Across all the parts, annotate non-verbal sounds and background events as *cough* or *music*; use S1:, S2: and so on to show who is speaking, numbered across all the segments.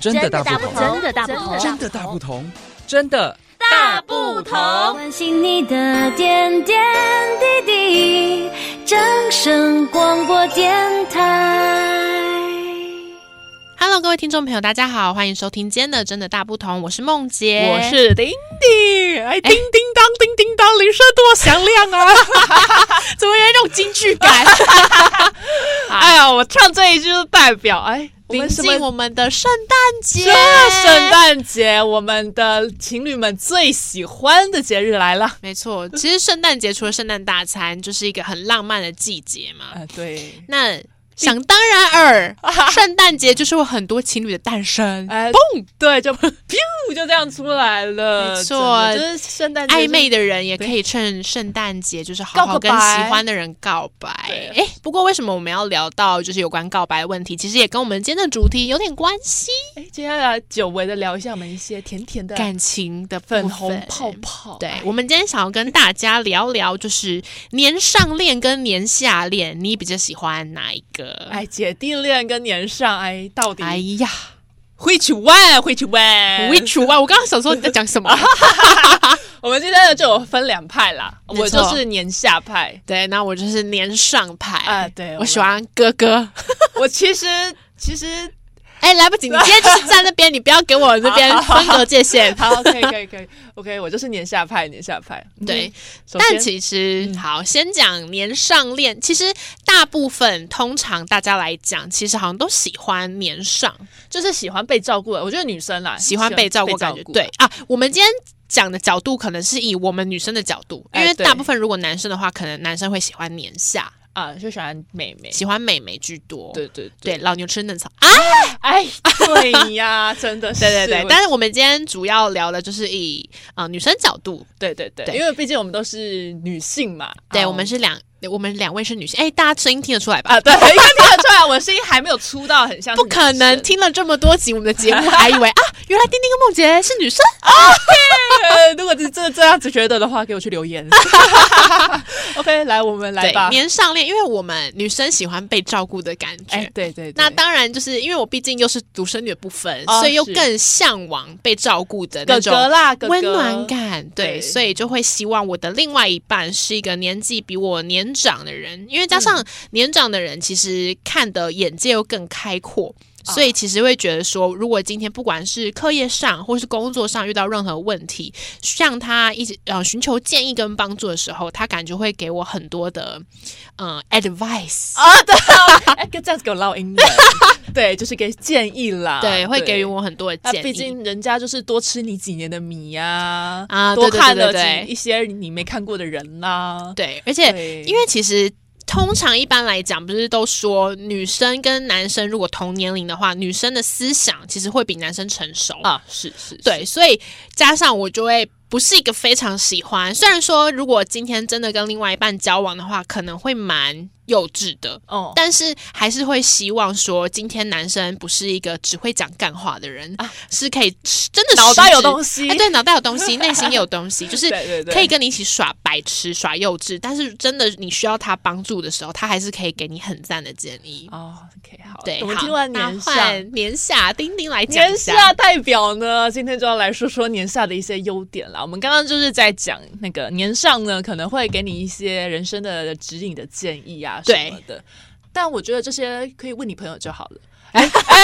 S1: 真的大
S2: 大
S1: 不
S2: 不
S1: 同，
S2: 同，的大
S1: 真
S2: 真
S1: 的
S2: 的
S1: 大不同，真的
S2: 大不同。
S3: 关心你的点点滴滴，掌声广播电台。
S4: Hello，各位听众朋友，大家好，欢迎收听今天的《真的大不同》，我是梦洁，
S5: 我是丁丁，哎，叮叮当，叮叮当，铃声多响亮啊！
S4: 怎么有一种京剧感？
S5: 哎呀，我唱这一句就代表哎，我
S4: 临
S5: 们什
S4: 近
S5: 么
S4: 啊我们的圣诞节，
S5: 这圣诞节，我们的情侣们最喜欢的节日来了。
S4: 没
S5: *laughs*
S4: 错，其实圣诞节除了圣诞大餐，就是一个很浪漫的季节嘛。
S5: 啊，对， *laughs*
S4: 那想当然尔，
S5: 啊
S4: *laughs* 圣诞节就是有很多情侣的诞生，
S5: 哎，嘣，对，
S4: *laughs*
S5: 就 biu 就这样出来了，
S4: 没错
S5: 真的就是圣诞节
S4: 暧昧
S5: 的。
S4: 的人也可以趁圣诞节，就是好
S5: 告
S4: 好
S5: 个
S4: 跟
S5: 白
S4: 喜欢的人告白。哎、不过为什么我们要聊到就是有关告白的问题？其实也跟我们今天的主题有点关系，
S5: 哎，接下来久违的聊一下我们一些甜甜的
S4: 感情的部分
S5: 粉红泡。泡，
S4: 对，我们今天想要跟大家聊聊，就是年上恋跟年下恋，你比较喜欢哪一个？
S5: 哎，姐弟恋跟年上，哎，到底
S4: 哎呀，
S5: which one，which one，
S4: 无一除外。我刚刚想说你在讲什么？ *laughs*
S5: 我们今天呢就有分两派啦，
S4: 没错
S5: 我就是年下派
S4: 对，那我就是年上派
S5: 啊，对
S4: 哎我喜，欢哥哥。
S5: 我其实其实
S4: *laughs* 哎，来不及，你今天就是站那边，你不要给我这边分隔界限。
S5: 好，可以可以可以，OK，我就是年下派，年下派，
S4: *laughs* 对，
S5: 首先
S4: 但其实、好，先讲年上恋。其实大部分通常大家来讲，其实好像都喜欢年上，
S5: 就是喜欢被照顾的，我觉得女生啦，
S4: 喜欢被照顾，
S5: 被
S4: 感觉对啊。我们今天讲的角度可能是以我们女生的角度，因
S5: 哎
S4: 为
S5: 对
S4: 大部分如果男生的话，可能男生会喜欢年下，
S5: 啊，就喜欢妹妹，
S4: 喜欢美眉居多。
S5: 对对
S4: 对，
S5: 对，
S4: 老牛吃嫩草。
S5: 哎，对呀，
S4: *laughs*
S5: 真的是，
S4: 对对对
S5: 我，
S4: 但是我们今天主要聊的就是以呃女生角度，
S5: 对对
S4: 对
S5: 对，因为毕竟我们都是女性嘛，
S4: 对
S5: 啊
S4: 我们是两，我们两位是女性，哎，大家声音听得出来吧？
S5: 啊， *laughs* 对，应该听得出来，我声音还没有出到很啊像
S4: 不
S5: 是女
S4: 可能 *laughs*
S5: 生
S4: 听了这么多集我们的节目，还以为啊，原来丁丁跟梦洁是女生。
S5: 呃，如果是这这样子觉得的话，给我去
S4: *laughs*
S5: 留言。OK，来，我们来
S4: 对
S5: 吧，。
S4: 年上恋，因为我们女生喜欢被照顾的感觉。
S5: 哎，对对对，
S4: 那当然，就是因为我毕竟又是独生女的部分，
S5: 哦
S4: 所以又
S5: 是
S4: 更向往被照顾的那
S5: 哥
S4: 种
S5: 哥啦，哥哥
S4: 温暖。感。对，
S5: 对
S4: 所以就会希望我的另外一半是一个年纪比我年长的人，因为加
S5: 嗯
S4: 上年长的人其实看的眼界又更开阔。
S5: 哦
S4: 所以其实会觉得说，如果今天不管是课业上或是工作上遇到任何问题，向他一直呃寻求建议跟帮助的时候，他感觉会给我很多的嗯、呃 advice，
S5: 啊，对，哎，这样子给我
S4: *laughs*
S5: 唠英文，对，就是给建议啦，
S4: 对，会给予。我很多的
S5: 那
S4: 建议。
S5: 啊毕竟人家就是多吃你几年的米呀，
S4: 啊
S5: 多
S4: 对对对
S5: 看了
S4: 对对
S5: 几一些你没看过的人啦。
S4: 对，而且
S5: 对
S4: 因为其实通常一般来讲，不是都说女生跟男生如果同年龄的话，女生的思想其实会比男生成熟。
S5: 啊，是是，是
S4: 对，所以加上我就会不是一个非常喜欢。虽然说如果今天真的跟另外一半交往的话，可能会蛮幼稚的。
S5: 哦，
S4: 但是还是会希望说，今天男生不是一个只会讲干话的人，是可以真的
S5: 啊脑袋有
S4: 实质
S5: 东西
S4: 哎，对，脑袋有东西，内心也有东西，就是
S5: 对对对
S4: 可以跟你一起耍白痴、耍幼稚，但是真的你需要他帮助的时候，他还是可以给你很赞的建议。
S5: 哦，OK，好，
S4: 对，
S5: 我们
S4: 好
S5: 听完
S4: 那
S5: 年上，
S4: 换年下丁丁来讲一
S5: 年
S4: 下
S5: 下代表呢，今天就要来说说年下的一些优点啦。我们刚刚就是在讲那个年上呢，可能会给你一些人生的指引的建议啊什么的。但我觉得这些可以问你朋友就好了。
S4: 哎
S5: 哎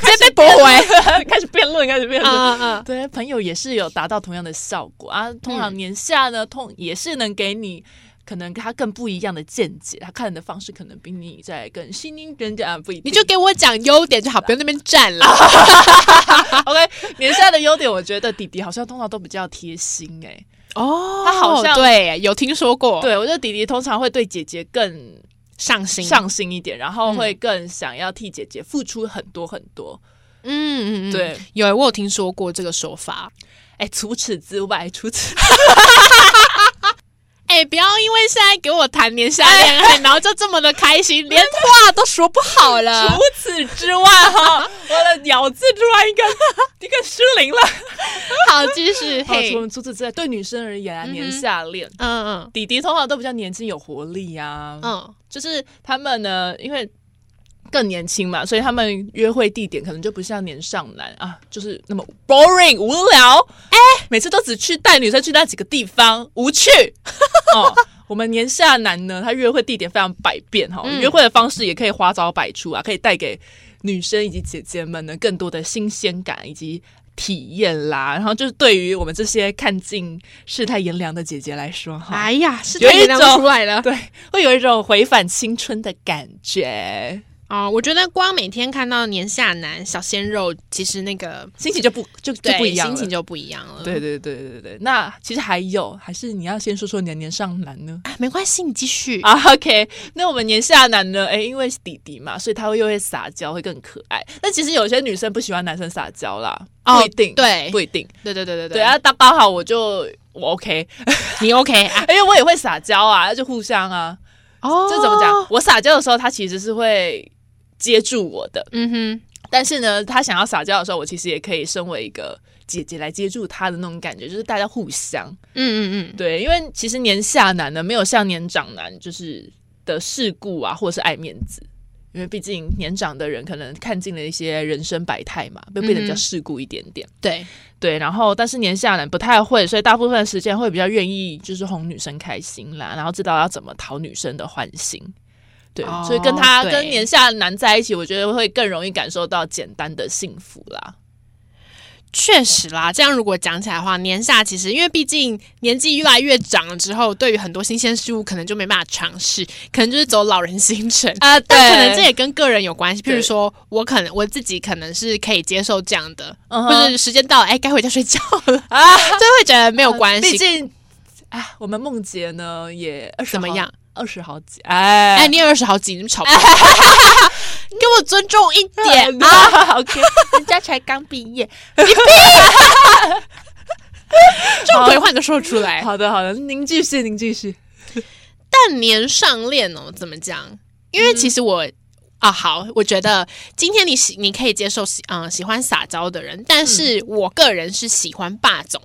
S4: 直接被驳回。
S5: 回，开始辩论， *laughs* 开始辩论。
S4: 嗯嗯，
S5: 对，朋友也是有达到同样的效果啊。通常
S4: 嗯
S5: 年下呢，通也是能给你可能他更不一样的见解，他看的方式可能比你在更新一点点，啊不一定。
S4: 你就给我讲优点就好，不用那边站了。
S5: OK *laughs* 年下的优点，我觉得弟弟好像通常都比较贴心哎、
S4: 哦
S5: 他好像
S4: 对有听说过，
S5: 对，我觉得弟弟通常会对姐姐更
S4: 上心，
S5: 上心一点，然后会更想要替姐姐付出很多很多。
S4: 嗯嗯嗯，
S5: 对，
S4: 有我有听说过这个说法。
S5: 哎、除此之外，除 *laughs* 此
S4: 哎、不要因为现在给我谈年下恋 *laughs* 爱，然后就这么的开心，连话都说不好了
S5: *laughs* 除。此之外 *laughs* 哈，我的咬字突然一个一个失灵了。
S4: 好，继续
S5: *laughs* 好，
S4: 嘿
S5: 除，除此之外，对女生而言啊，
S4: 嗯哼
S5: 年下恋。
S4: 嗯嗯
S5: 弟弟通常都比较年轻有活力啊，
S4: 嗯，
S5: 呃就是他们呢，因为更年轻嘛，所以他们约会地点可能就不像年上男啊，就是那么 boring 无聊，哎、每次都只去带女生去那几个地方，无趣。哦，我们年下男呢，他约会地点非常百变哈、
S4: 嗯
S5: 约会的方式也可以花招百出啊，可以带给女生以及姐姐们呢更多的新鲜感以及。体验啦，然后就是对于我们这些看尽世态炎凉的姐姐来说，哈，
S4: 哎呀，是
S5: 有一
S4: 太量
S5: 种
S4: 出来了
S5: 对，会有一种回返青春的感觉，
S4: 啊、我觉得光每天看到年下男小鲜肉，其实那个
S5: 心情就 *laughs* 不就就嗯
S4: 对
S5: 不一样了。
S4: 心情就不一样了。
S5: 对对对对对对。那其实还有，还是你要先说说你的年上男呢？
S4: 啊，没关系，你继续。
S5: 啊，OK，那我们年下男呢？哎，因为是弟弟嘛，所以他会又会撒娇，会更可爱。但其实有些女生不喜欢男生撒娇啦，
S4: 哦
S5: 不一定，
S4: 对
S5: 不一定，
S4: 对对对对
S5: 对。啊，刚刚好我就我 OK，哎
S4: 你 OK 啊？
S5: 因为我也会撒娇啊，就互相啊。
S4: 哦
S5: 这怎么讲？？我撒娇的时候，他其实是会接住我的，
S4: 嗯哼，
S5: 但是呢，他想要撒娇的时候，我其实也可以身为一个姐姐来接住他的那种感觉，就是大家互相
S4: 嗯嗯嗯，
S5: 对，因为其实年下男呢，没有像年长男就是的世故啊，或者是爱面子。因为毕竟年长的人可能看尽了一些人生百态嘛，会变得比较
S4: 嗯哼
S5: 世故一点点。
S4: 对，
S5: 对，然后但是年下男不太会，所以大部分时间会比较愿意就是哄女生开心啦，然后知道要怎么讨女生的欢心。对，
S4: 哦
S5: 所以跟他
S4: 对
S5: 跟年下男在一起，我觉得会更容易感受到简单的幸福啦。
S4: 确实啦。这样如果讲起来的话，年下其实因为毕竟年纪越来越长了之后，对于很多新鲜事物可能就没办法尝试，可能就是走老人行程。
S5: 啊，
S4: 但可能这也跟个人有关系，譬如
S5: 对
S4: 说我可能我自己可能是可以接受这样的，
S5: 嗯
S4: 或
S5: 哼
S4: 者是时间到了，哎，该回家睡觉了， *laughs*
S5: 啊嗯
S4: 就会觉得没有关
S5: 毕
S4: 系。
S5: 竟，哎，我们梦姐呢也二十
S4: 怎么样？
S5: 二十好几，哎 *laughs*
S4: 哎，你也二十好几，你们吵不吵？给我尊重一点啊！
S5: 啊，OK，人 *laughs* 家才刚毕业。 *laughs*
S4: 这种鬼话都说出来。
S5: 好的，好的，您继续，您继续。
S4: 但年上恋哦，怎么讲？因
S5: 嗯
S4: 为其实我、啊，好，我觉得今天你喜你可以接受喜嗯喜欢撒娇的人，但
S5: 嗯
S4: 是我个人是喜欢霸总，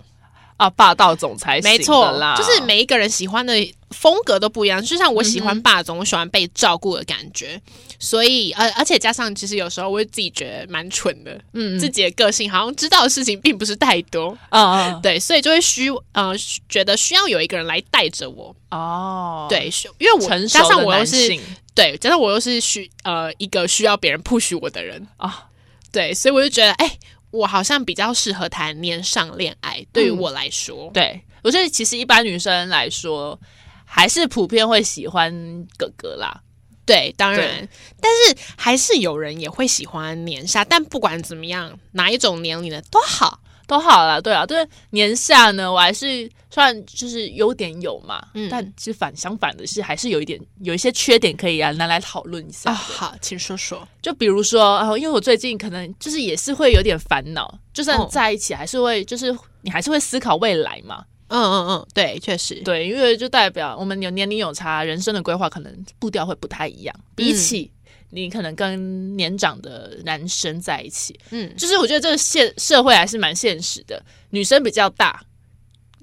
S5: 啊，霸道总裁型
S4: 没
S5: 的
S4: 错
S5: 啦，，
S4: 就是每一个人喜欢的风格都不一样。就像我喜
S5: 嗯
S4: 欢霸总，我喜欢被照顾的感觉，所以而、而且加上其实有时候我自己觉得蛮蠢的，
S5: 嗯
S4: 自己的个性好像知道的事情并不是太多，
S5: 啊啊
S4: 对，所以就会需呃需觉得需要有一个人来带着我，
S5: 哦，
S4: 对，需因为我
S5: 成熟
S4: 加上
S5: 的
S4: 我又
S5: 男
S4: 是。
S5: 性
S4: 对，加上我又是需呃一个需要别人 push 我的人，
S5: 啊，
S4: 对，所以我就觉得，哎、我好像比较适合谈年上恋爱，对于
S5: 嗯
S4: 我来说，
S5: 对，我觉得其实一般女生来说，还是普遍会喜欢哥哥啦。
S4: 对，当
S5: 对
S4: 然，但是还是有人也会喜欢年下，但不管怎么样，哪一种年龄的都好，
S5: 都好啦，对啊，对年下呢，我还是算就是优点有嘛，
S4: 嗯
S5: 但其实反相反的是，还是有一点有一些缺点可以啊拿来讨论一下
S4: 啊、
S5: 的。
S4: 好，请说说，
S5: 就比如说，啊，因为我最近可能就是也是会有点烦恼，就算
S4: 哦
S5: 在一起，还是会就是你还是会思考未来嘛，
S4: 嗯嗯嗯，对，确实，
S5: 对，因为就代表我们有年龄有差，人生的规划可能步调会不太一样，
S4: 嗯
S5: 比起。你可能跟年长的男生在一起，
S4: 嗯，
S5: 就是我觉得这个现社会还是蛮现实的，女生比较大，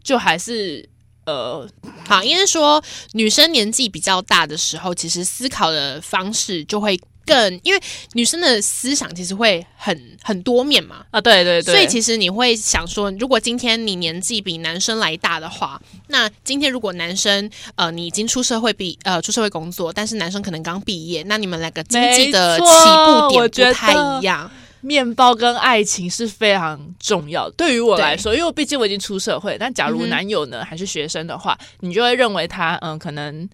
S5: 就还是呃，
S4: 好，应该说女生年纪比较大的时候，其实思考的方式就会更，因为女生的思想其实会很很多面嘛，
S5: 啊，对对对，
S4: 所以其实你会想说，如果今天你年纪比男生来大的话，那今天如果男生呃你已经出社会毕呃出社会工作，但是男生可能刚毕业，那你们两个经济的
S5: 没
S4: 起
S5: 错
S4: 步
S5: 哦我觉
S4: 点
S5: 得
S4: 不太一样。
S5: 面包跟爱情是非常重要的，对于我来说，因为我毕竟我已经出社会。但假
S4: 嗯
S5: 如
S4: 哼
S5: 男友呢、还是学生的话，你就会认为他嗯，可能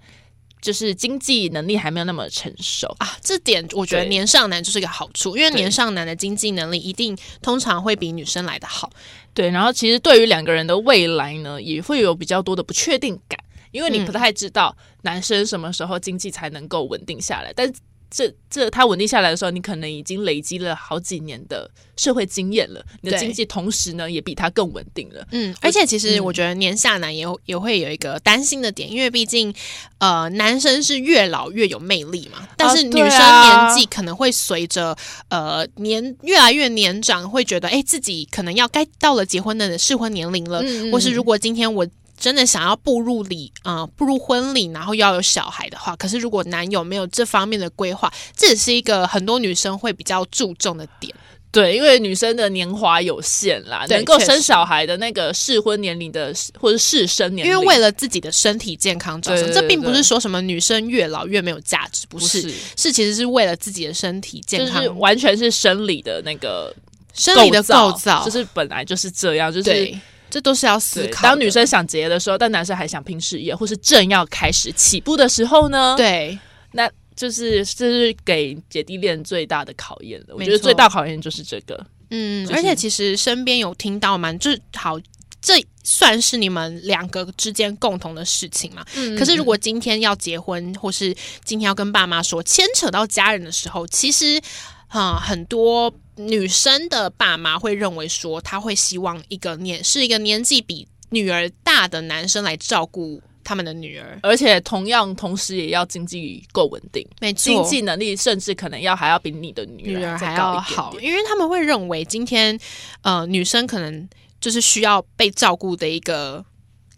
S5: 就是经济能力还没有那么成熟。
S4: 啊，这点我觉得
S5: 对
S4: 年上男就是一个好处，因为
S5: 对
S4: 年上男的经济能力一定通常会比女生来的好。
S5: 对，然后其实对于两个人的未来呢，也会有比较多的不确定感，因为你
S4: 嗯
S5: 不太知道男生什么时候经济才能够稳定下来，但。这这他稳定下来的时候，你可能已经累积了好几年的社会经验了，你的
S4: 对
S5: 经济同时呢也比他更稳定了。
S4: 嗯，而且其实
S5: 嗯
S4: 我觉得年下男也有也会有一个担心的点，因为毕竟呃男生是越老越有魅力嘛，但是女
S5: 对
S4: 生
S5: 啊
S4: 年纪可能会随着呃年越来越年长，会觉得哎自己可能要该到了结婚的适婚年龄了，
S5: 嗯嗯
S4: 或是
S5: 嗯
S4: 如果今天我。真的想要步入礼啊、呃步入婚礼，然后要有小孩的话，可是如果男友没有这方面的规划，这也是一个很多女生会比较注重的点。
S5: 对，因为女生的年华有限啦，
S4: 对
S5: 能够
S4: 确实
S5: 生小孩的那个适婚年龄的或者适生年
S4: 因
S5: 龄，
S4: 为为了自己的身体健康着想，
S5: 对对对
S4: 这并不
S5: 对
S4: 是说什么女生越老越没有价值，不
S5: 不
S4: 是，
S5: 是
S4: 是其实是为了自己的身体健
S5: 就
S4: 康，
S5: 是完全是生理的那个
S4: 生理的构造，
S5: 就是本来就是这样，就是
S4: 对，这都是要思
S5: 对
S4: 考的。
S5: 当女生想结的时候，但男生还想拼事业，或是正要开始起步的时候呢，，
S4: 对
S5: 那就是这是给姐弟恋最大的考验了。我觉
S4: 没
S5: 得
S4: 错
S5: 最大考验就是这个，
S4: 嗯，
S5: 就是
S4: 而且其实身边有听到蛮，就是好，这算是你们两个之间共同的事情嘛。可是如果今天要结婚，或是今天要跟爸妈说，牵扯到家人的时候，其实啊、呃很多。女生的爸妈会认为说，他会希望一个年是一个年纪比女儿大的男生来照顾他们的女儿，
S5: 而且同样同时也要经济够稳定，
S4: 没
S5: 经
S4: 错，
S5: 济能力甚至可能要还要比你的女
S4: 女儿
S5: 儿
S4: 还
S5: 再
S4: 要
S5: 高一点
S4: 好，
S5: 点。
S4: 因为他们会认为今天呃女生可能就是需要被照顾的一个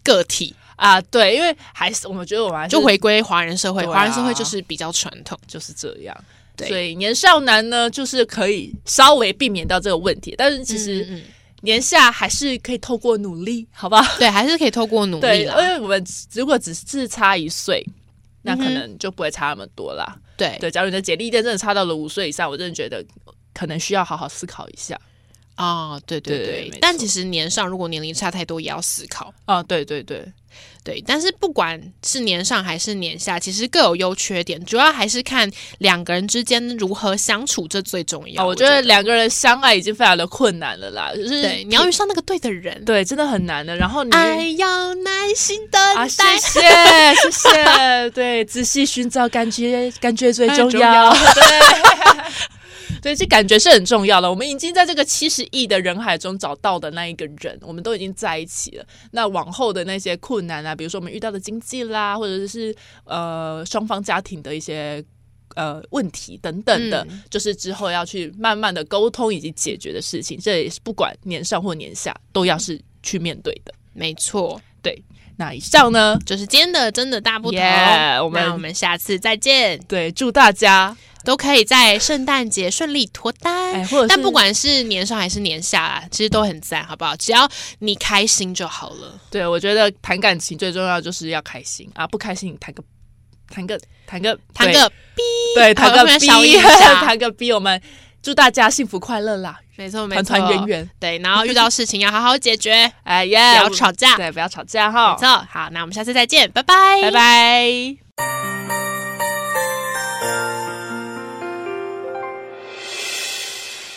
S4: 个体，
S5: 啊，对，因为还是我们觉得我们还是
S4: 就回归华人社会，
S5: 对啊
S4: 华人社会就是比较传统，
S5: 就是这样。
S4: 对
S5: 所以年少男呢，就是可以稍微避免到这个问题，但是其实
S4: 嗯嗯
S5: 年下还是可以透过努力，好吧？
S4: 对，还是可以透过努
S5: 对，呃
S4: 力
S5: 因
S4: 啦，
S5: 为我们如果只是差一岁，那可
S4: 嗯哼
S5: 能就不会差那么多啦。
S4: 对
S5: 对，假如你的姐弟恋真的差到了五岁以上，我真的觉得可能需要好好思考一下。
S4: 啊、对对
S5: 对
S4: 对
S5: 没错
S4: 但其实年上如果年龄差太多，也要思考。
S5: 啊，对对对，
S4: 对，但是不管是年上还是年下，其实各有优缺点，主要还是看两个人之间如何相处，这最重要。
S5: 啊，我觉得两个人相爱已经非常的困难了啦，就是
S4: 对你要遇上那个对的人，
S5: 对真的很难的。然后你
S4: 爱要耐心等
S5: 嗯啊，谢
S4: 待。
S5: 谢谢 *laughs* 谢，对，仔细寻找感觉，感觉最重
S4: 重
S5: 要 *laughs*
S4: 要，
S5: 对，对，这感觉是很重要的。我们已经在这个七十亿的人海中找到的那一个人，我们都已经在一起了。那往后的那些困难啊，比如说我们遇到的经济啦，或者是呃双方家庭的一些。呃，问题等等的，就是之后要去慢慢的沟通以及解决的事情，这也是不管年上或年下，都要是去面对的。
S4: 没错，
S5: 那以上呢，
S4: 就是今天的真的大不同。
S5: Yeah，我们
S4: 那我们下次再见，
S5: 对，祝大家
S4: 都可以在圣诞节顺利脱单。
S5: 哎，或者
S4: 但
S5: 是
S4: 不管是年上还是年下啊，其实都很赞，好不好？只要你开心就好了。
S5: 对，我觉得谈感情最重要就是要开心啊，不开心你谈个谈个谈个
S4: 谈个
S5: 对对
S4: 好
S5: 谈
S4: 我
S5: 个
S4: 们
S5: B
S4: 小一下
S5: *laughs* 谈个 B，我们祝大家幸福快乐啦，
S4: 没错没
S5: 团
S4: 错，
S5: 团圆。圆，
S4: 对，然后遇到事情要好好解决，
S5: *laughs* 哎
S4: 不
S5: 呀，
S4: 要吵架。没
S5: 对，不要吵架哈，
S4: 错，好，那我们下次再见，拜拜，
S5: 拜。拜。